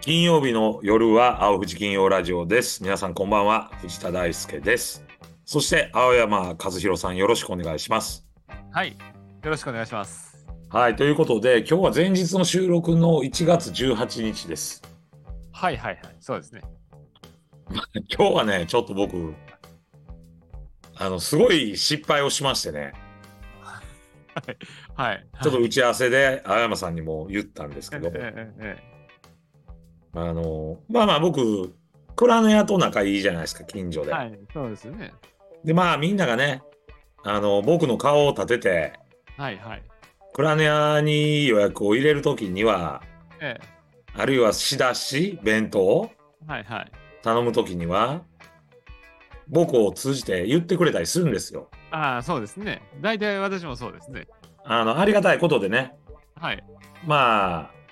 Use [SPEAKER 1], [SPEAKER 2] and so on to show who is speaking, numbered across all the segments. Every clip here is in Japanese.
[SPEAKER 1] 金曜日の夜は青藤金曜ラジオです。皆さんこんばんは、藤田大輔です。そして青山和弘さんよろしくお願いします。
[SPEAKER 2] はい。よろしくお願いします。
[SPEAKER 1] はい、ということで今日は前日の収録の1月18日です。
[SPEAKER 2] はいはいはい。そうですね。
[SPEAKER 1] 今日はね、ちょっと僕、あの、すごい失敗をしましてね、
[SPEAKER 2] はい。
[SPEAKER 1] ちょっと打ち合わせで青山さんにも言ったんですけ
[SPEAKER 2] え
[SPEAKER 1] ど、
[SPEAKER 2] ええええ
[SPEAKER 1] あの、まあまあ僕、蔵の屋と仲いいじゃないですか、近所
[SPEAKER 2] え
[SPEAKER 1] で。
[SPEAKER 2] はい。そうですよね。
[SPEAKER 1] で、まあみんながね、あの、僕の顔を立てて、
[SPEAKER 2] はいはい。
[SPEAKER 1] クラネアに予約を入れるときには、
[SPEAKER 2] え
[SPEAKER 1] あるいは仕出し、弁当を
[SPEAKER 2] えはいはい。
[SPEAKER 1] 頼むときには、僕を通じて言ってくれたりするんですよ。
[SPEAKER 2] ああ、そうですね。大体私もそうですね。
[SPEAKER 1] あの、ありがたいことでね、
[SPEAKER 2] はい。
[SPEAKER 1] まあ、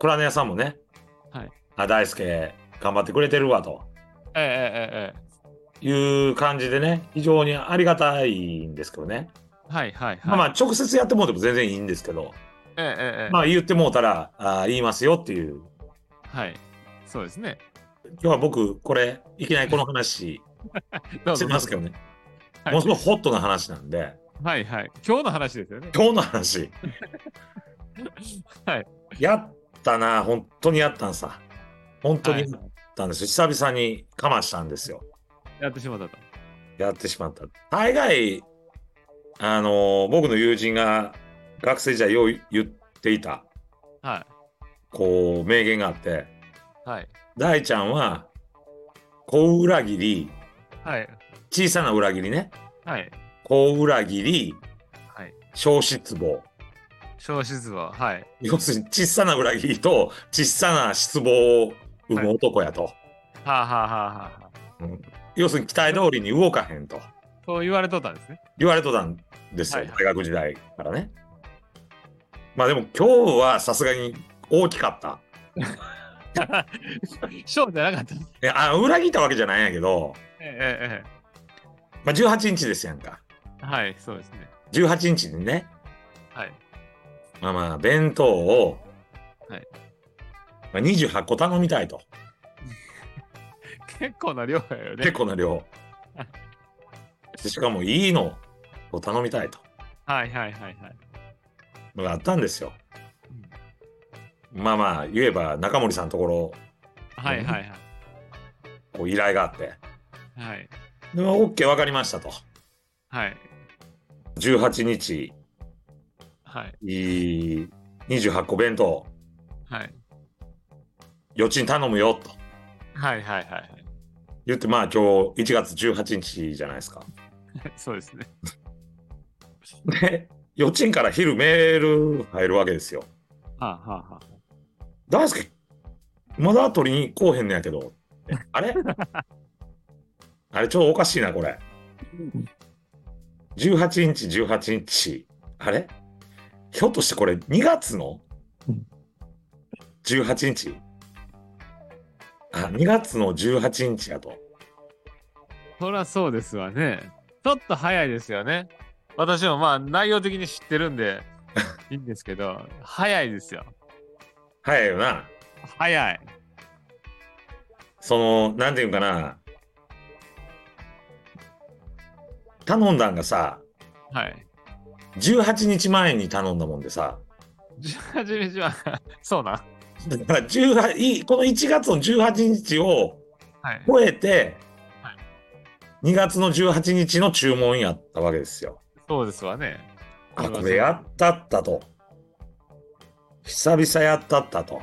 [SPEAKER 1] クラネアさんもね、
[SPEAKER 2] はい
[SPEAKER 1] あ、大輔頑張ってくれてるわと
[SPEAKER 2] えええええ
[SPEAKER 1] いう感じでね、非常にありがたいんですけどね。
[SPEAKER 2] えはいはいはい。
[SPEAKER 1] まあまあ、直接やってもうても全然いいんですけど、
[SPEAKER 2] ええええ
[SPEAKER 1] まあ言ってもうたら、あ言いますよっていう。
[SPEAKER 2] はい。そうですね。
[SPEAKER 1] 今日は僕、これ、いきなりこの話、
[SPEAKER 2] どう
[SPEAKER 1] し
[SPEAKER 2] ぞ。
[SPEAKER 1] ますけどね。
[SPEAKER 2] は
[SPEAKER 1] も
[SPEAKER 2] い
[SPEAKER 1] のすごいホットな話なんで、
[SPEAKER 2] はいはい。今日の話ですよね。
[SPEAKER 1] 今日の話、
[SPEAKER 2] はい。
[SPEAKER 1] やったな、本当にやったんさ。本当にや
[SPEAKER 2] は
[SPEAKER 1] ったんですよ。久々にかましたんですよ。
[SPEAKER 2] いやってしまったと。
[SPEAKER 1] やってしまった。大概、あのー僕の友人が学生時代よう言っていた、
[SPEAKER 2] は
[SPEAKER 1] こう、名言があって、
[SPEAKER 2] い。はい。
[SPEAKER 1] 大ちゃんは、小裏切り、
[SPEAKER 2] はい。
[SPEAKER 1] 小さな裏切りね。
[SPEAKER 2] はい。
[SPEAKER 1] 小裏切り、
[SPEAKER 2] はい。
[SPEAKER 1] 小失望。
[SPEAKER 2] 小失望。はい。
[SPEAKER 1] 要するに小さな裏切りと小さな失望を生む男やと、
[SPEAKER 2] はあ、はあはあはあはあ、
[SPEAKER 1] 要するに期待通りに動かへんと
[SPEAKER 2] そう言われとった んですね。
[SPEAKER 1] 言われとったんですよ、
[SPEAKER 2] はいはい
[SPEAKER 1] 大学時代からねまあでも今日はさすがに大きかった
[SPEAKER 2] 小じゃなかった。
[SPEAKER 1] えあ裏切ったわけじゃないんやけど、
[SPEAKER 2] えええ
[SPEAKER 1] まあ、18日ですやんか
[SPEAKER 2] ええ。はい。そうですね。
[SPEAKER 1] 18日にね
[SPEAKER 2] はい。
[SPEAKER 1] まあまあ弁当を、
[SPEAKER 2] はい
[SPEAKER 1] まあ、28個頼みたいと
[SPEAKER 2] 結構な量だよね。
[SPEAKER 1] 結構な 量
[SPEAKER 2] はい
[SPEAKER 1] でしかもいいのを頼みたいと
[SPEAKER 2] はいはいはいはい。
[SPEAKER 1] のがあったんですよまあまあ言えば中森さんのところ
[SPEAKER 2] はいはいはい。
[SPEAKER 1] こう依頼があって
[SPEAKER 2] はい。
[SPEAKER 1] でまあ OK 分かりましたと
[SPEAKER 2] はい。
[SPEAKER 1] 18日
[SPEAKER 2] はい。
[SPEAKER 1] いい28個弁当
[SPEAKER 2] はい。
[SPEAKER 1] 余地に頼むよと
[SPEAKER 2] はいはいはいはい。
[SPEAKER 1] 言ってまあ今日1月18日じゃないですか
[SPEAKER 2] そうですね。
[SPEAKER 1] で余地から昼メール入るわけですよ
[SPEAKER 2] はあ、はあは
[SPEAKER 1] 大輔まだ取りに来おへんねやけどえあ れあれちょっとおかしいなこれ18日18日あれひょっとしてこれ2月の
[SPEAKER 2] うん
[SPEAKER 1] 18日あ2月の18日やと
[SPEAKER 2] あ、そりゃそうですわね。ちょっと早いですよね。私もまあ内容的に知ってるん でいいんですけど、早いですよ。
[SPEAKER 1] 早いよな
[SPEAKER 2] 早い。
[SPEAKER 1] そのなんていうんかな頼んだんがさ
[SPEAKER 2] はい。
[SPEAKER 1] 18日前に頼んだもんでさ
[SPEAKER 2] 18日は、そうなん。
[SPEAKER 1] だから18いこの1月の18日を
[SPEAKER 2] はい。
[SPEAKER 1] 超えて
[SPEAKER 2] は、
[SPEAKER 1] 2月の18日の注文やったわけですよ。
[SPEAKER 2] そうですわね。
[SPEAKER 1] あ、これやったったと。久々やったったと。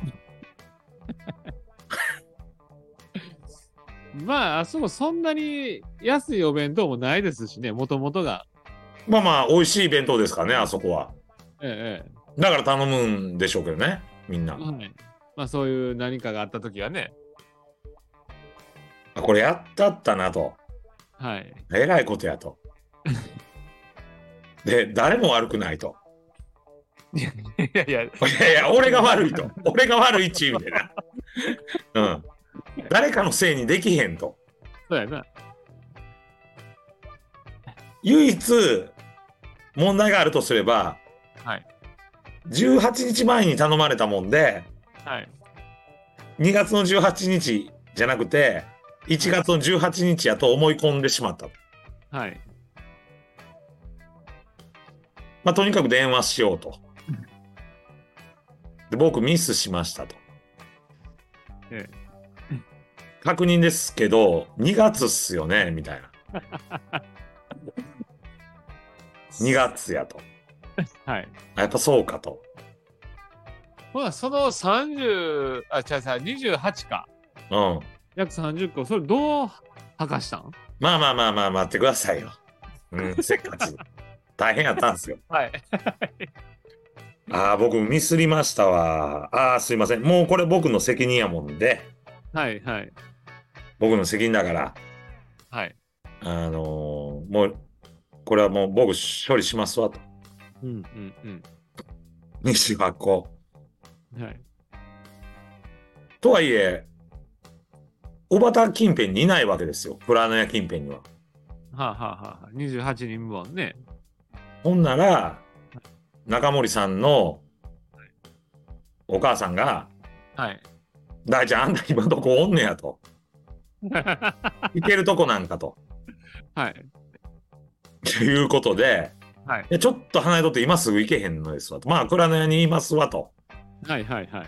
[SPEAKER 2] まあ、あそこそんなに安いお弁当もないですしね、もともとが。
[SPEAKER 1] まあまあ、美味しい弁当ですからね、あそこは。
[SPEAKER 2] ええ
[SPEAKER 1] だから頼むんでしょうけどね、みんな
[SPEAKER 2] ええ。。はい。まあ、そういう何かがあったときはね。
[SPEAKER 1] あ、これやったったなと。
[SPEAKER 2] はい。
[SPEAKER 1] えらいことやと。で、誰も悪くないと。
[SPEAKER 2] いやいや、
[SPEAKER 1] いやいや、俺が悪いと。俺が悪いっちゅうみたいな。うん。誰かのせいにできへんと。
[SPEAKER 2] そうやな。
[SPEAKER 1] 唯一問題があるとすれば
[SPEAKER 2] はい。
[SPEAKER 1] 18日前に頼まれたもんで
[SPEAKER 2] はい。
[SPEAKER 1] 2月の18日じゃなくて、1月の18日やと思い込んでしまった。
[SPEAKER 2] はい。
[SPEAKER 1] まあ、とにかく電話しようと。で、僕ミスしましたと。
[SPEAKER 2] え
[SPEAKER 1] 確認ですけど、2月っすよね、みたいな。2月やと。
[SPEAKER 2] はい。
[SPEAKER 1] あやっぱそうかと。
[SPEAKER 2] ほら、その30、あ、違う違う、28か。
[SPEAKER 1] うん。
[SPEAKER 2] 約30個、それどう吐かしたん
[SPEAKER 1] まあまあまあまあ、待ってくださいよ。 うん、せっかち。大変やったんですよ。
[SPEAKER 2] はい。
[SPEAKER 1] ああ、僕ミスりましたわ。ああ、すいません。もうこれ僕の責任やもんで、
[SPEAKER 2] はい、はい、
[SPEAKER 1] 僕の責任だから、
[SPEAKER 2] はい。
[SPEAKER 1] あのーもう、これはもう僕処理しますわと。
[SPEAKER 2] うん、うん、
[SPEAKER 1] 西はこう。
[SPEAKER 2] うん。はい。
[SPEAKER 1] とはいえ、小畑近辺にいないわけですよ。プラノ屋近辺には。
[SPEAKER 2] はあ、はあはあ、28人分ね。
[SPEAKER 1] ほんなら、中森さんのお母さんが、
[SPEAKER 2] はい。
[SPEAKER 1] 大ちゃん、あんた今どこおんねやと。行けるとこなんかと。
[SPEAKER 2] はい。
[SPEAKER 1] いうことで、
[SPEAKER 2] はい
[SPEAKER 1] やちょっと離れとって今すぐ行けへんのですわと。まあ、蔵の屋にいますわと。
[SPEAKER 2] はい、はい、はい。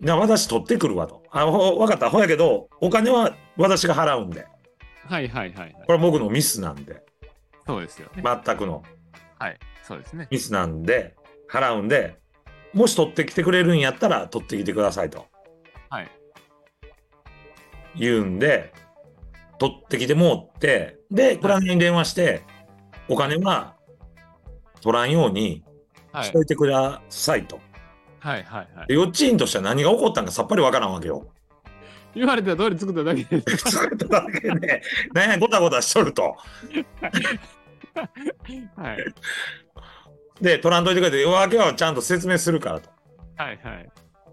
[SPEAKER 1] じゃあ私取ってくるわと。あ、ほわかった。ほやけど、お金は私が払うんで。
[SPEAKER 2] はい、はい、はい。はい
[SPEAKER 1] これは僕のミスなんで。
[SPEAKER 2] そうですよね。
[SPEAKER 1] 全くの
[SPEAKER 2] はい。そうですね。
[SPEAKER 1] ミスなんで、払うんで、もし取ってきてくれるんやったら取ってきてくださいと。
[SPEAKER 2] はい。
[SPEAKER 1] 言うんで、取ってきてもうって、で、蔵の屋に電話して、お金は取らんように
[SPEAKER 2] は
[SPEAKER 1] し
[SPEAKER 2] い。
[SPEAKER 1] といてくださいと。
[SPEAKER 2] はい、はい、はい。
[SPEAKER 1] で、幼稚園としては何が起こったんかさっぱりわからんわけよ。
[SPEAKER 2] 言われた通り作っただけです。
[SPEAKER 1] それだけで、なんや、ごたごたしとると。
[SPEAKER 2] はい。
[SPEAKER 1] で、取らんといてくれて、わけはちゃんと説明するからと。い
[SPEAKER 2] はい、はい。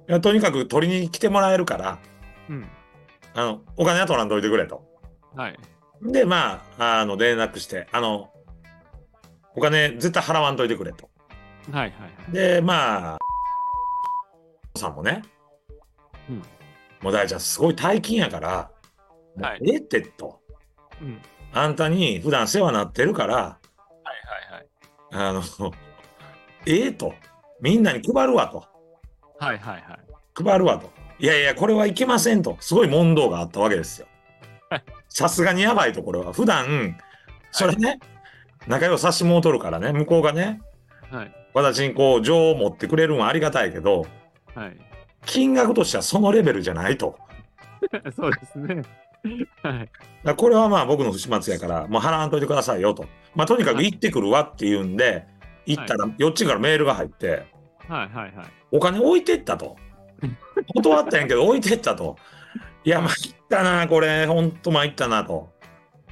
[SPEAKER 1] やとにかく取りに来てもらえるから、
[SPEAKER 2] うん。
[SPEAKER 1] あの、お金は取らんといてくれと。
[SPEAKER 2] はい。
[SPEAKER 1] で、まあ、あの、連絡して、あの、お金絶対払わんといてくれと。
[SPEAKER 2] はい、はい。はい
[SPEAKER 1] で、まあ、さんもね、
[SPEAKER 2] うん
[SPEAKER 1] もう大ちゃん、すごい大金やから、もう
[SPEAKER 2] はい
[SPEAKER 1] ええってと。
[SPEAKER 2] うん。はい、
[SPEAKER 1] あんたに普段世話なってるから、
[SPEAKER 2] はい、
[SPEAKER 1] あの、 ええと。みんなに配るわと。
[SPEAKER 2] はい。はい、はい、はい。
[SPEAKER 1] 配るわと。いやいや、これはいけませんと。すごい問答があったわけですよ
[SPEAKER 2] はい。
[SPEAKER 1] さすがにやばいと、これは。普段、それね、仲良さしもうとるからね、向こうがね、
[SPEAKER 2] はい、
[SPEAKER 1] 私にこう、情を持ってくれるのはありがたいけど、
[SPEAKER 2] はい。
[SPEAKER 1] 金額としてはそのレベルじゃないと。
[SPEAKER 2] そうですね。はい。
[SPEAKER 1] だからこれはまあ僕の不始末やから、もう払わんといてくださいよと。まあとにかく行ってくるわって言うんで、行ったら、よっちんからメールが入って、
[SPEAKER 2] はいはいはい。
[SPEAKER 1] お金置いてったと。断ったんやけど置いてったと。いや、参ったな、これ、ほんと参ったなと。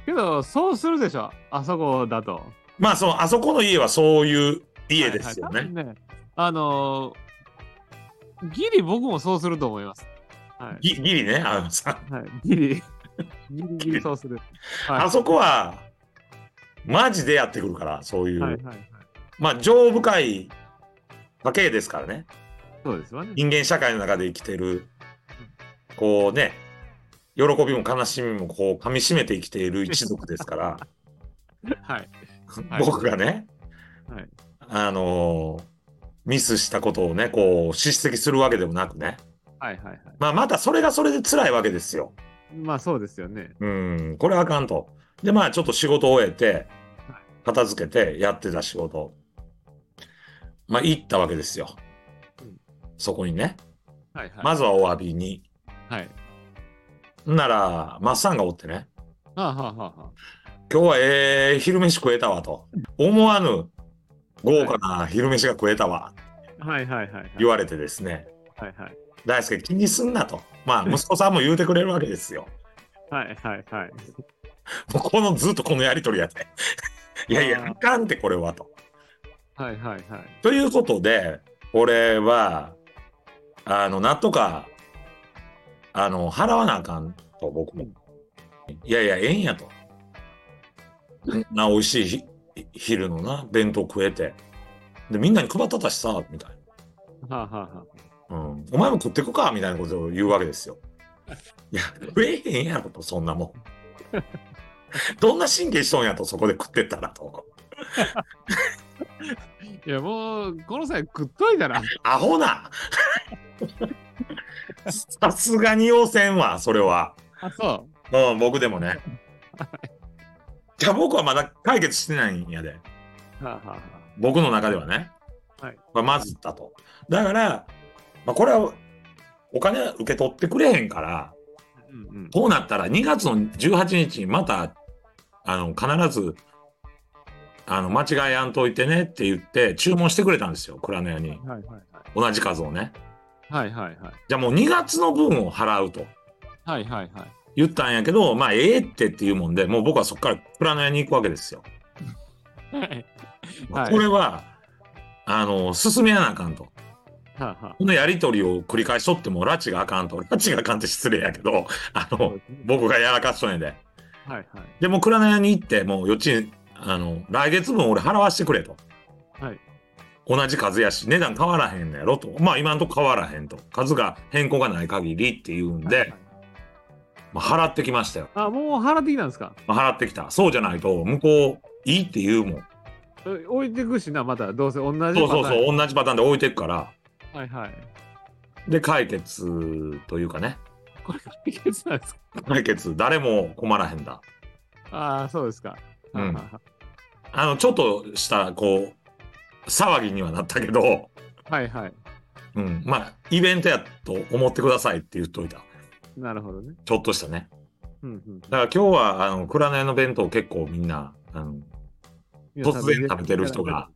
[SPEAKER 2] けど、そうするでしょ、あそこだと。
[SPEAKER 1] まあ、その、あそこの家はそういう家ですよ
[SPEAKER 2] はいはい
[SPEAKER 1] ね。
[SPEAKER 2] 多分あのーギリ僕もそうすると思います。はい。
[SPEAKER 1] ぎギリね、あのさ、
[SPEAKER 2] はい、ギリ。ギリギリそうする。はい、
[SPEAKER 1] あそこは、マジでやってくるから、そういう。
[SPEAKER 2] はいはいはい。
[SPEAKER 1] まあ、情深い家系ですからね。
[SPEAKER 2] そうですよね。
[SPEAKER 1] 人間社会の中で生きてる、こうね、喜びも悲しみもこう噛みしめて生きている一族ですから、
[SPEAKER 2] はい。はい
[SPEAKER 1] 僕がね、
[SPEAKER 2] はい
[SPEAKER 1] あのーミスしたことをね、こう、叱責するわけでもなくね、
[SPEAKER 2] はいはいはい。
[SPEAKER 1] まあ、またそれがそれで辛いわけですよ。
[SPEAKER 2] まあそうですよね。
[SPEAKER 1] うん、これはあかんと。で、まあ、ちょっと仕事を終えて
[SPEAKER 2] は、
[SPEAKER 1] 片付けてやってた仕事、まあ、行ったわけですよ
[SPEAKER 2] うん。
[SPEAKER 1] そこにね、
[SPEAKER 2] はいはい。
[SPEAKER 1] まずはお詫びに。
[SPEAKER 2] はい。
[SPEAKER 1] んなら、マッサンがおってね、
[SPEAKER 2] はあはあはあは
[SPEAKER 1] 今日はええ昼飯食えたわと。思わぬ豪華な昼飯が食えたわ、
[SPEAKER 2] あ。はいはいはいはい。
[SPEAKER 1] 言われてですね、
[SPEAKER 2] はいはい。
[SPEAKER 1] 大輔気にすんなと。まあ、息子さんも言うてくれるわけですよ。
[SPEAKER 2] はいはいはい。
[SPEAKER 1] もうこのずっとこのやりとりや って。いやいや、
[SPEAKER 2] あー
[SPEAKER 1] あかんってこれはと。
[SPEAKER 2] はいはいはい。
[SPEAKER 1] ということで、俺は、あの、なんとか、あの、払わなあかんと、僕も。いやいや、ええんやと。こんな美味しいひひ昼のな、弁当食えて。で、みんなに配ったったしさ、みたいな。
[SPEAKER 2] はあはあは
[SPEAKER 1] うん、お前も食ってこかみたいなことを言うわけですよ。いや、食えへんやろと、そんなもん。どんな神経しとんやと、そこで食ってったらと。
[SPEAKER 2] いや、もう、この際食っといたら。
[SPEAKER 1] アホな さすがに要せんわ、それは。
[SPEAKER 2] あ、そ
[SPEAKER 1] うん、僕でもね。じゃあ僕はまだ解決してないんやで。
[SPEAKER 2] う。はあ、は
[SPEAKER 1] 僕の中ではね、
[SPEAKER 2] はい
[SPEAKER 1] まあ、まずだと。だから、まあ、これはお金は受け取ってくれへんから、
[SPEAKER 2] あ、うんうん。
[SPEAKER 1] こうなったら2月の18日にまた、あの、必ず、あの、間違えやんといてねって言って注文してくれたんですよ、蔵の屋に。
[SPEAKER 2] はいはい
[SPEAKER 1] 同じ数をね。
[SPEAKER 2] はい。はいはいはい。
[SPEAKER 1] じゃあもう2月の分を払うと
[SPEAKER 2] はいはいはい。
[SPEAKER 1] 言ったんやけど、まあ、ええってっていうもんで、もう僕はそこから蔵の屋に行くわけですよ。
[SPEAKER 2] はい
[SPEAKER 1] まあ
[SPEAKER 2] はい
[SPEAKER 1] これは、あの、進めやなあかんと。
[SPEAKER 2] はあ、は
[SPEAKER 1] このやりとりを繰り返しとっても、拉致があかんと。拉致があかんって失礼やけど、あ
[SPEAKER 2] あ。
[SPEAKER 1] の、僕がやらかしとんやで。
[SPEAKER 2] はいはい。
[SPEAKER 1] で、もう倉屋に行って、もう予知、あの、来月分俺払わしてくれと。
[SPEAKER 2] はい。
[SPEAKER 1] 同じ数やし、値段変わらへんのやろと。まあ今んとこ変わらへんと。数が変更がない限りっていうん
[SPEAKER 2] はい
[SPEAKER 1] で
[SPEAKER 2] は、い
[SPEAKER 1] まあ払ってきましたよ。
[SPEAKER 2] あ、もう払ってきたんですか
[SPEAKER 1] まあ払ってきた。そうじゃないと、向こう、いいって言うもん。
[SPEAKER 2] え置いてくしな、また、どうせ同じパターン。
[SPEAKER 1] そうそうそう、同じパターンで置いてくから。
[SPEAKER 2] はいはい。
[SPEAKER 1] で、解決というかね。
[SPEAKER 2] これ解決なんですか
[SPEAKER 1] 解決、誰も困らへんだ。
[SPEAKER 2] ああ、そうですか。
[SPEAKER 1] うん
[SPEAKER 2] はあはあは
[SPEAKER 1] あの、ちょっとした、こう、騒ぎにはなったけど、
[SPEAKER 2] あはいはい。
[SPEAKER 1] うん、まあ、イベントやと思ってくださいって言っといた。
[SPEAKER 2] なるほどね。
[SPEAKER 1] ちょっとしたね。
[SPEAKER 2] うんうん
[SPEAKER 1] だから今日は、あの、蔵根の弁当結構みんな、あの、
[SPEAKER 2] 皆さ
[SPEAKER 1] 突
[SPEAKER 2] ん
[SPEAKER 1] 然食べてる人が。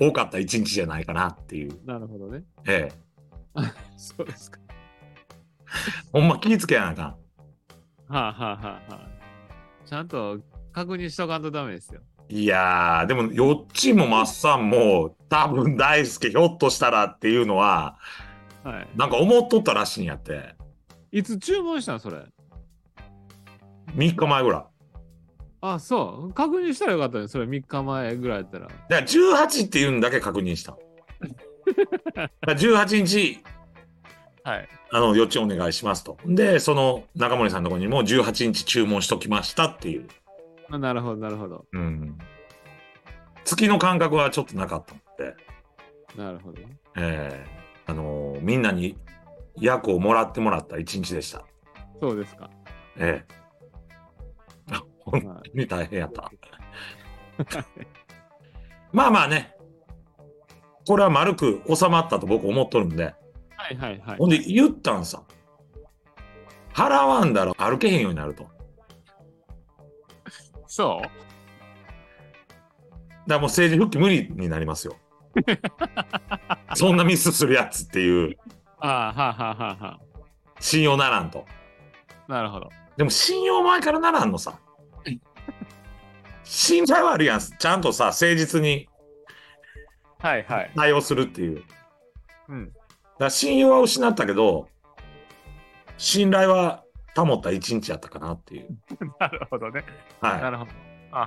[SPEAKER 1] 多かった一日じゃないかなっていう。
[SPEAKER 2] なるほどね。
[SPEAKER 1] ええ。
[SPEAKER 2] そうですか。
[SPEAKER 1] ほんま気ぃつけやなあかん。
[SPEAKER 2] はあ、はあはあはあ、ちゃんと確認しとかんとダメですよ。
[SPEAKER 1] いやー、でも、よっちもまっさんも、多分大輔ひょっとしたらっていうのは、
[SPEAKER 2] は
[SPEAKER 1] なんか思っとったらしいんやって。
[SPEAKER 2] い。いつ注文したんそれ。
[SPEAKER 1] 3日前ぐらい。
[SPEAKER 2] あ、そう。確認したらよかったね。それ3日前ぐらいやったら。
[SPEAKER 1] だから18っていうのだけ確認した。 だから18日、
[SPEAKER 2] はい。
[SPEAKER 1] あの、予知お願いしますと。で、その中森さんのところにも18日注文しときましたっていう。
[SPEAKER 2] あなるほど、なるほど。
[SPEAKER 1] うん。月の感覚はちょっとなかったので、
[SPEAKER 2] なるほどね。
[SPEAKER 1] えーあのーみんなに役をもらってもらった一日でした。
[SPEAKER 2] そうですか。
[SPEAKER 1] え
[SPEAKER 2] は
[SPEAKER 1] えに大変やった。 まあまあね。これは丸く収まったと僕思っとるんで。
[SPEAKER 2] い、はい、はい
[SPEAKER 1] ほ
[SPEAKER 2] は
[SPEAKER 1] ん
[SPEAKER 2] い。
[SPEAKER 1] で言ったんさ。払わんだら歩けへんようになると。だか
[SPEAKER 2] そ
[SPEAKER 1] らもう政治復帰無理になり ますよ。そんなミスするやつっていう
[SPEAKER 2] うああ、はあ、はあ、はあ、は
[SPEAKER 1] 信用ならんと。
[SPEAKER 2] あ。なるほど。
[SPEAKER 1] でも信用前からならんのさ。信頼はあるやん。ちゃんとさ、誠実に
[SPEAKER 2] はい、 はい。
[SPEAKER 1] 対応するっていう。だか
[SPEAKER 2] うん。
[SPEAKER 1] ら信用は失ったけど、信頼は保った一日やったかなっていう。
[SPEAKER 2] なるほどね。な
[SPEAKER 1] は
[SPEAKER 2] るほど。あは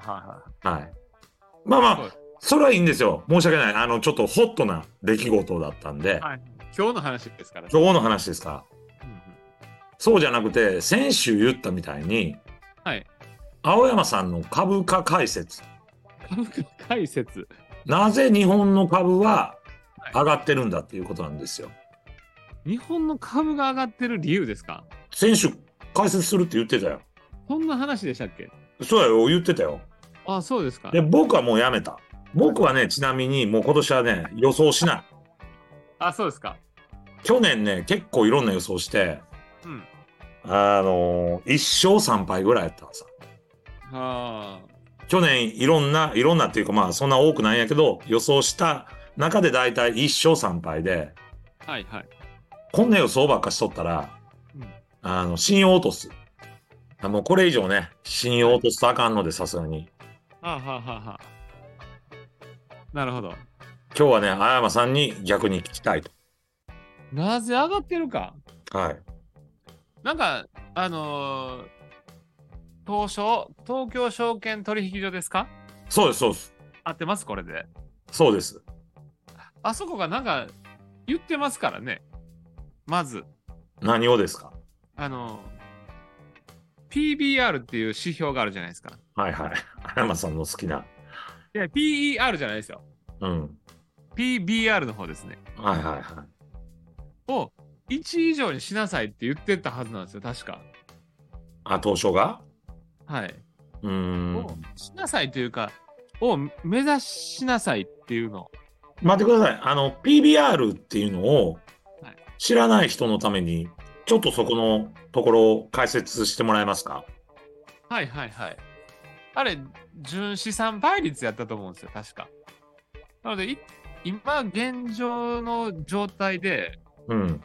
[SPEAKER 2] は。
[SPEAKER 1] い。はい。まあま
[SPEAKER 2] そ
[SPEAKER 1] あ
[SPEAKER 2] う、
[SPEAKER 1] それはいいんですよ。申し訳ない。あの、ちょっとホットな出来事だったんで、
[SPEAKER 2] はい、今日の話ですからね。
[SPEAKER 1] 今日の話ですから。
[SPEAKER 2] うんうん
[SPEAKER 1] そうじゃなくて、先週言ったみたいに、
[SPEAKER 2] はい。
[SPEAKER 1] 青山さんの株価解説。
[SPEAKER 2] 株価解説。
[SPEAKER 1] なぜ日本の株は上がってるんだっていうことなんですよ。
[SPEAKER 2] 日本の株が上がってる理由ですか
[SPEAKER 1] 選手解説するって言ってたよ。
[SPEAKER 2] そんな話でしたっけ
[SPEAKER 1] そうだよ、言ってたよ。
[SPEAKER 2] あ、そうですか
[SPEAKER 1] で、。僕はもうやめた。僕はね、ちなみにもう今年はね、予想しない。
[SPEAKER 2] あ、そうですか。
[SPEAKER 1] 去年ね、結構いろんな予想して、
[SPEAKER 2] うん。
[SPEAKER 1] あのー、1勝3敗ぐらいやったのさ。
[SPEAKER 2] は
[SPEAKER 1] 去年いろんな、いろんなっていうかまあそんな多くないんやけど、予想した中で大体1勝3敗で、
[SPEAKER 2] あ。はいはい。
[SPEAKER 1] こんな予想ばっかしとったら、
[SPEAKER 2] うん
[SPEAKER 1] あの、信用落とす。あもうこれ以上ね、信用落とすとあかんので、さすがに。
[SPEAKER 2] はあ、はあはあはあ、なるほど。
[SPEAKER 1] 今日はね、青山さんに逆に聞きたいと。
[SPEAKER 2] なぜ上がってるか。
[SPEAKER 1] はい。
[SPEAKER 2] なんか、あのー東証、東京証券取引所ですか
[SPEAKER 1] そうです、そうです。
[SPEAKER 2] 合ってますこれで。
[SPEAKER 1] そうです。
[SPEAKER 2] あそこがなんか、言ってますからね。まず、
[SPEAKER 1] 何をですか
[SPEAKER 2] あの、PBR っていう指標があるじゃないですか。
[SPEAKER 1] はいはい。原間さんの好きな。
[SPEAKER 2] いや、PER じゃないですよ。
[SPEAKER 1] うん。
[SPEAKER 2] PBR の方ですね。
[SPEAKER 1] はいはいはい。
[SPEAKER 2] を1以上にしなさいって言ってたはずなんですよ、確か。
[SPEAKER 1] あ、当初が
[SPEAKER 2] はい。
[SPEAKER 1] うーん
[SPEAKER 2] を。しなさいというか、を目指しなさいっていうの。
[SPEAKER 1] 待ってください。あの、PBR っていうのを
[SPEAKER 2] はい
[SPEAKER 1] 知らない人のために、ちょっとそこのところを解説してもらえますか
[SPEAKER 2] はいはいはい。あれ、純資産倍率やったと思うんですよ、確か。なので、い今現状の状態で
[SPEAKER 1] うん。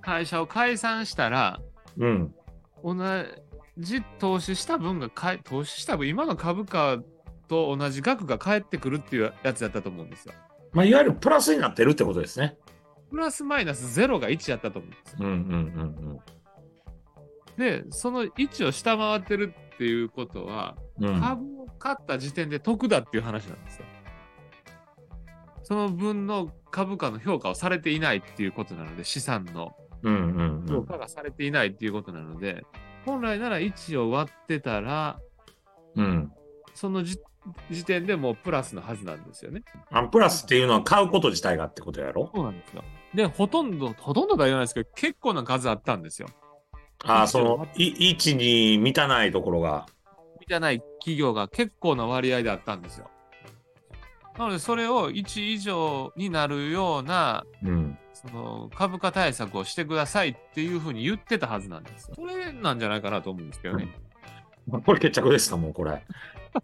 [SPEAKER 2] 会社を解散したら、
[SPEAKER 1] うん。
[SPEAKER 2] 同じ投資した分がかえ、投資した分、今の株価と同じ額が返ってくるっていうやつやったと思うんですよ。
[SPEAKER 1] まあ、いわゆるプラスになってるってことですね。
[SPEAKER 2] プラスマイナスゼロが1やったと思うんですよ。
[SPEAKER 1] うんうんうん
[SPEAKER 2] で、その1を下回ってるっていうことは、
[SPEAKER 1] うん。うん、
[SPEAKER 2] 株を買った時点で得だっていう話なんですよ。その分の株価の評価をされていないっていうことなので、資産の
[SPEAKER 1] うんうんう
[SPEAKER 2] 評
[SPEAKER 1] ん。
[SPEAKER 2] 価がされていないっていうことなので、本来なら1を割ってたら、
[SPEAKER 1] うん。
[SPEAKER 2] そのじ時点でもうプラスのはずなんですよね。
[SPEAKER 1] あのプラスっていうのは買うこと自体がってことやろ
[SPEAKER 2] そうなんですよ。で、ほとんど、ほとんどが言わないですけど、結構な数あったんですよ。
[SPEAKER 1] ああ、その、い位置に満たないところが。
[SPEAKER 2] みたいない企業が結構な割合であったんですよ。なので、それを1以上になるような
[SPEAKER 1] うん。
[SPEAKER 2] その株価対策をしてくださいっていうふうに言ってたはずなんですよ。それなんじゃないかなと思うんですけどね。
[SPEAKER 1] これ決着ですか、もうこれ。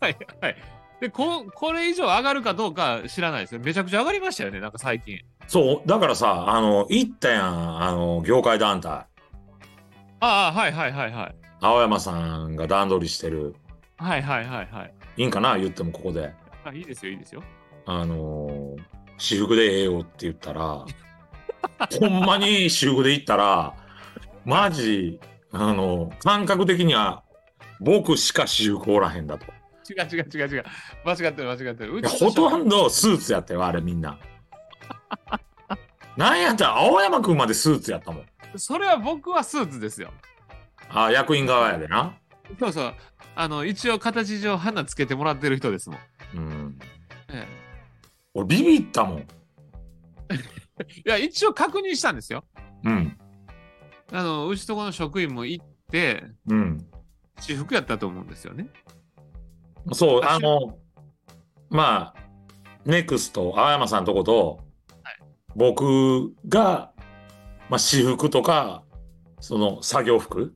[SPEAKER 2] はいはい。でこ、これ以上上がるかどうか知らないですよ。めちゃくちゃ上がりましたよね、なんか最近。
[SPEAKER 1] そう、だからさ、あの、言ったやん、あの、業界団体。
[SPEAKER 2] ああ、はいはいはいはい。
[SPEAKER 1] 青山さんが段取りしてる。
[SPEAKER 2] はいはいはいはい。
[SPEAKER 1] いいんかな言ってもここで。
[SPEAKER 2] あいいですよ、いいですよ。
[SPEAKER 1] あのー、私服でええよって言ったら、 ほんまに私服で行ったら、マジ、あの、感覚的には、僕しか私服おらへんだと。
[SPEAKER 2] 違う違う違う違う。間違ってる間違ってる。う
[SPEAKER 1] いや
[SPEAKER 2] ちと
[SPEAKER 1] ほ
[SPEAKER 2] しては
[SPEAKER 1] とんどスーツやったよ、あれみんな。なんやったら青山くんまでスーツやったもん。
[SPEAKER 2] それは僕はスーツですよ。
[SPEAKER 1] あ役員側やでな。
[SPEAKER 2] そうそう。あの、一応形上花つけてもらってる人ですもん。
[SPEAKER 1] うん。
[SPEAKER 2] え
[SPEAKER 1] 俺ビビったもん。
[SPEAKER 2] え、いや、一応確認したんですよ。
[SPEAKER 1] うん。
[SPEAKER 2] あの、うちとこの職員も行って、
[SPEAKER 1] うん。
[SPEAKER 2] 私服やったと思うんですよね。
[SPEAKER 1] そう、あの、まあ、ネクスト、青山さんのとこと、僕が、まあ、私服とか、その作業服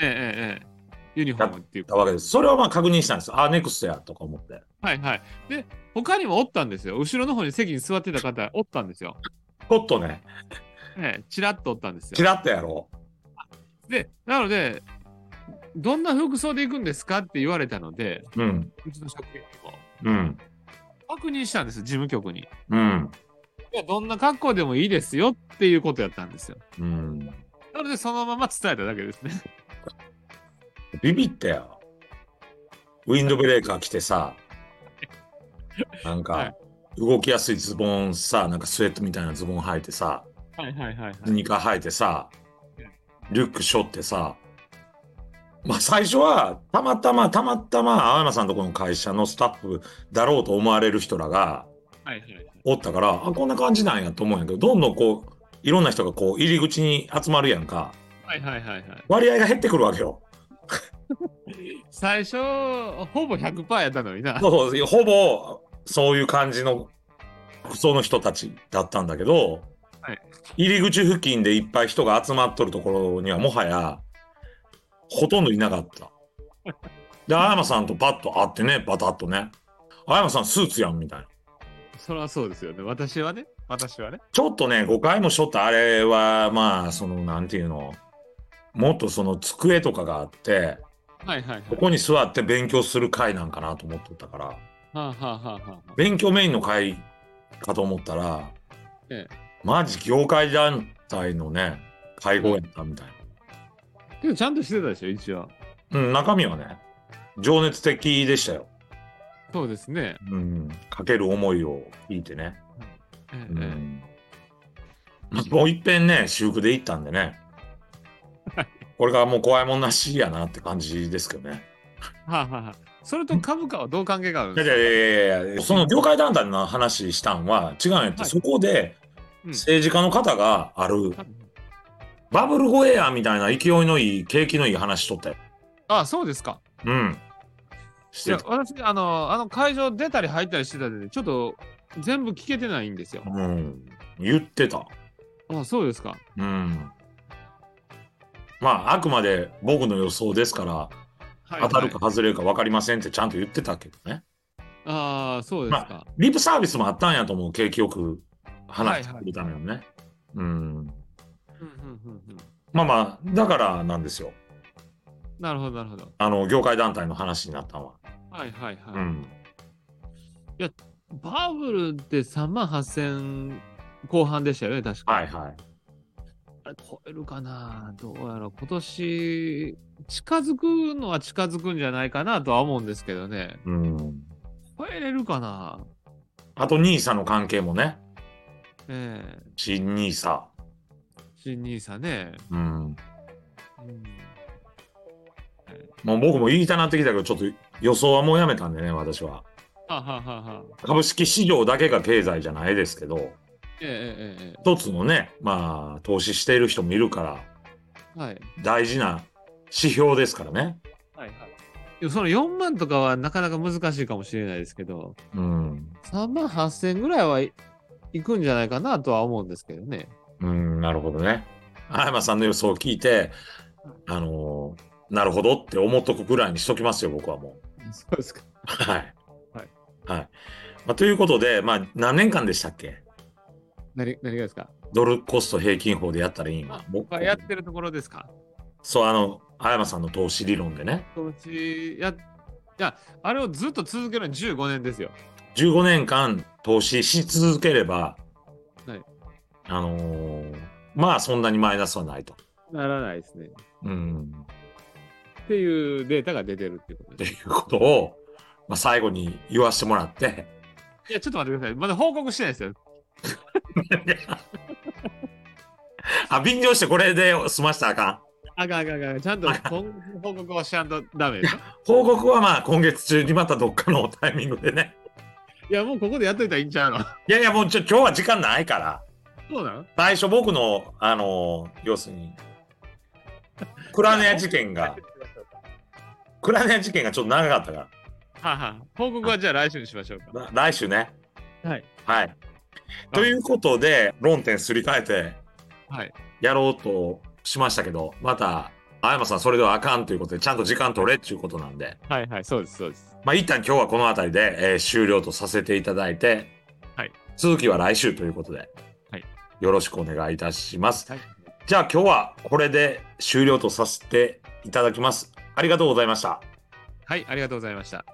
[SPEAKER 2] ええええええユニフォームっていう
[SPEAKER 1] だ
[SPEAKER 2] か。
[SPEAKER 1] わけです。それはまあ確認したんですよ。あ、ネクストやとか思って。
[SPEAKER 2] はいはい。で、他にもおったんですよ。後ろの方に席に座ってた方、おったんですよ。
[SPEAKER 1] ちょっとね、
[SPEAKER 2] ええ、ちらっとおったんです
[SPEAKER 1] ち
[SPEAKER 2] よ。
[SPEAKER 1] らっとやろう。
[SPEAKER 2] で、なので、どんな服装で行くんですかって言われたので、
[SPEAKER 1] うん、
[SPEAKER 2] うちの職員にも
[SPEAKER 1] うん、
[SPEAKER 2] 確認したんです、事務局に。い
[SPEAKER 1] うん、
[SPEAKER 2] や、どんな格好でもいいですよっていうことやったんですよ。
[SPEAKER 1] うん。
[SPEAKER 2] なので、そのまま伝えただけですね。
[SPEAKER 1] ビビったよ。ウィンドブレーカー着てさ、なん
[SPEAKER 2] は
[SPEAKER 1] か
[SPEAKER 2] い、
[SPEAKER 1] 動きやすいズボンさ、なんかスウェットみたいなズボン履いてさ、
[SPEAKER 2] はいはいはいはい。
[SPEAKER 1] スニーカー履いてさ、リュック背負ってさ、まあ最初は、たまたま、たまたま、青山さんのとこの会社のスタッフだろうと思われる人らが
[SPEAKER 2] はいはいはい。
[SPEAKER 1] おったから、あ、こんな感じなんやと思うんやけど、どんどんこう、いろんな人がこう、入り口に集まるやんか、
[SPEAKER 2] はいはいはいはい。
[SPEAKER 1] 割合が減ってくるわけよ。
[SPEAKER 2] 最初、ほぼ100%やったのにな。
[SPEAKER 1] そうそう、ほぼ、そういう感じの服装の人たちだったんだけど、
[SPEAKER 2] はい
[SPEAKER 1] 入り口付近でいっぱい人が集まっとるところにはもはや、ほとんどいなかった。で、青山さんとパッと会ってね、バタッとね。青山さんスーツやん、みたいな。
[SPEAKER 2] それはそうですよね。私はね。私はね。
[SPEAKER 1] ちょっとね、誤解もしょったあれは、まあ、その、なんていうの、もっとその机とかがあって、
[SPEAKER 2] はいはいはい。
[SPEAKER 1] ここに座って勉強する会なんかなと思っとったから。
[SPEAKER 2] はあ、はあはあはあは
[SPEAKER 1] 勉強メインの会かと思ったら、
[SPEAKER 2] ええ
[SPEAKER 1] マジ業界団体のね会合やったみたい
[SPEAKER 2] あ、けどちゃんとしてたでしょ、一応。
[SPEAKER 1] な、うん、中身はね情熱的でしたよ、
[SPEAKER 2] そうですね。
[SPEAKER 1] うん、かける思いを聞いてね
[SPEAKER 2] え
[SPEAKER 1] う
[SPEAKER 2] え
[SPEAKER 1] んもういっぺんね、修復で行ったんで ね。これがもう怖いもんなしやなって感じですけどね。
[SPEAKER 2] はあはあはあそれと株価はどう関係があるん
[SPEAKER 1] いやい
[SPEAKER 2] ですか
[SPEAKER 1] やいやいや、その業界団体の話したんは違うんやって、
[SPEAKER 2] はい
[SPEAKER 1] そこで
[SPEAKER 2] うん
[SPEAKER 1] 政治家の方がある
[SPEAKER 2] はい
[SPEAKER 1] バブル越えやみたいな勢いのいい、景気のいい話しとったよ。
[SPEAKER 2] あそうですか。
[SPEAKER 1] うん。し
[SPEAKER 2] い
[SPEAKER 1] て
[SPEAKER 2] や
[SPEAKER 1] た。
[SPEAKER 2] 私あのあの会場出たり入ったりしてたんでちょっと全部聞けてないんですよ。
[SPEAKER 1] うん。言ってた。
[SPEAKER 2] あそうですか。
[SPEAKER 1] うん。まあ、あくまで僕の予想ですから、
[SPEAKER 2] はい
[SPEAKER 1] 当たるか外れるか分かりませんってちゃんと言ってたけどね。
[SPEAKER 2] ああそうですか。
[SPEAKER 1] リップサービスもあったんやと思う、景気よく話してくれたのよね。うん。
[SPEAKER 2] うんうんうんうん
[SPEAKER 1] まあまあ、だからなんですよ。
[SPEAKER 2] なるほどなるほど。
[SPEAKER 1] あの、業界団体の話になったのは。
[SPEAKER 2] はいはいはい。
[SPEAKER 1] うん。
[SPEAKER 2] バブルって3万8000後半でしたよね、確か。
[SPEAKER 1] はいはい。
[SPEAKER 2] あれ超えるかなどうやろう今年、近づくのは近づくんじゃないかなとは思うんですけどね。
[SPEAKER 1] うん。
[SPEAKER 2] 超えれるかな
[SPEAKER 1] あと、ニーサの関係もね。
[SPEAKER 2] ええ
[SPEAKER 1] 新ニーサ。
[SPEAKER 2] 新ニーサね。
[SPEAKER 1] うん。
[SPEAKER 2] うん
[SPEAKER 1] もう僕も言いたなってきたけど、ちょっと予想はもうやめたんでね、私は。
[SPEAKER 2] はははは。
[SPEAKER 1] 株式市場だけが経済じゃないですけど、
[SPEAKER 2] えええええ
[SPEAKER 1] 一つのね、まあ、投資している人もいるから、
[SPEAKER 2] えはい。
[SPEAKER 1] 大事な指標ですからね。
[SPEAKER 2] はいはい。でもその4万とかはなかなか難しいかもしれないですけど、
[SPEAKER 1] うん。
[SPEAKER 2] 3万8000ぐらいはい、いくんじゃないかなとは思うんですけどね。
[SPEAKER 1] うん、なるほどね。青山さんの予想を聞いて、あのーなるほどって思っとくぐらいにしときますよ、僕はもう。
[SPEAKER 2] そうですか。
[SPEAKER 1] はい。
[SPEAKER 2] はい。
[SPEAKER 1] はい。まあ、ということで、まあ、何年間でしたっけ
[SPEAKER 2] 何何がですか
[SPEAKER 1] ドルコスト平均法でやったらいいんは
[SPEAKER 2] あ僕はやってるところですか
[SPEAKER 1] そう、あの、青山さんの投資理論でね、
[SPEAKER 2] そのうちやいやあれをずっと続けるのに15年ですよ。
[SPEAKER 1] 15年間投資し続ければ、
[SPEAKER 2] はい
[SPEAKER 1] あのーまあ、そんなにマイナスはないと。
[SPEAKER 2] ならないですね。
[SPEAKER 1] うん。
[SPEAKER 2] っていうデータが出てるっていうこと
[SPEAKER 1] って
[SPEAKER 2] で
[SPEAKER 1] い
[SPEAKER 2] す。
[SPEAKER 1] うことを、まあ、最後に言わせてもらって、
[SPEAKER 2] いや、ちょっと待ってください。まだ報告してないですよ。
[SPEAKER 1] あ、便乗してこれで済ましたらあかん。
[SPEAKER 2] あかんあかんあかん。ちゃんと今後の報告をしちゃんとダメでしょ。
[SPEAKER 1] 報告はまあ今月中にまたどっかのタイミングでね。
[SPEAKER 2] いや、もうここでやっといたらいいんちゃうの
[SPEAKER 1] いやいや、もうちょ今日は時間ないから、
[SPEAKER 2] そうなの
[SPEAKER 1] 最初僕の、あのー要するに、クラネア事件 が、クラネア事件がちょっと長かったか
[SPEAKER 2] はは報告はじゃあ来週にしましょう
[SPEAKER 1] ら、ら来週ね。
[SPEAKER 2] か。はい。
[SPEAKER 1] はい。ということで、論点すり替えて
[SPEAKER 2] はい。
[SPEAKER 1] やろうとしましたけど、また、青山さんそれではあかんということで、ちゃんと時間取れっていうことなんで、
[SPEAKER 2] はいはい。そうです、そうです。
[SPEAKER 1] まあ一旦今日はこの辺りで、えー終了とさせていただいて、
[SPEAKER 2] はい
[SPEAKER 1] 続きは来週ということで、
[SPEAKER 2] はい
[SPEAKER 1] よろしくお願いいたします。
[SPEAKER 2] はい。
[SPEAKER 1] じゃあ今日はこれで終了とさせていただきます。ありがとうございました。
[SPEAKER 2] はい、ありがとうございました。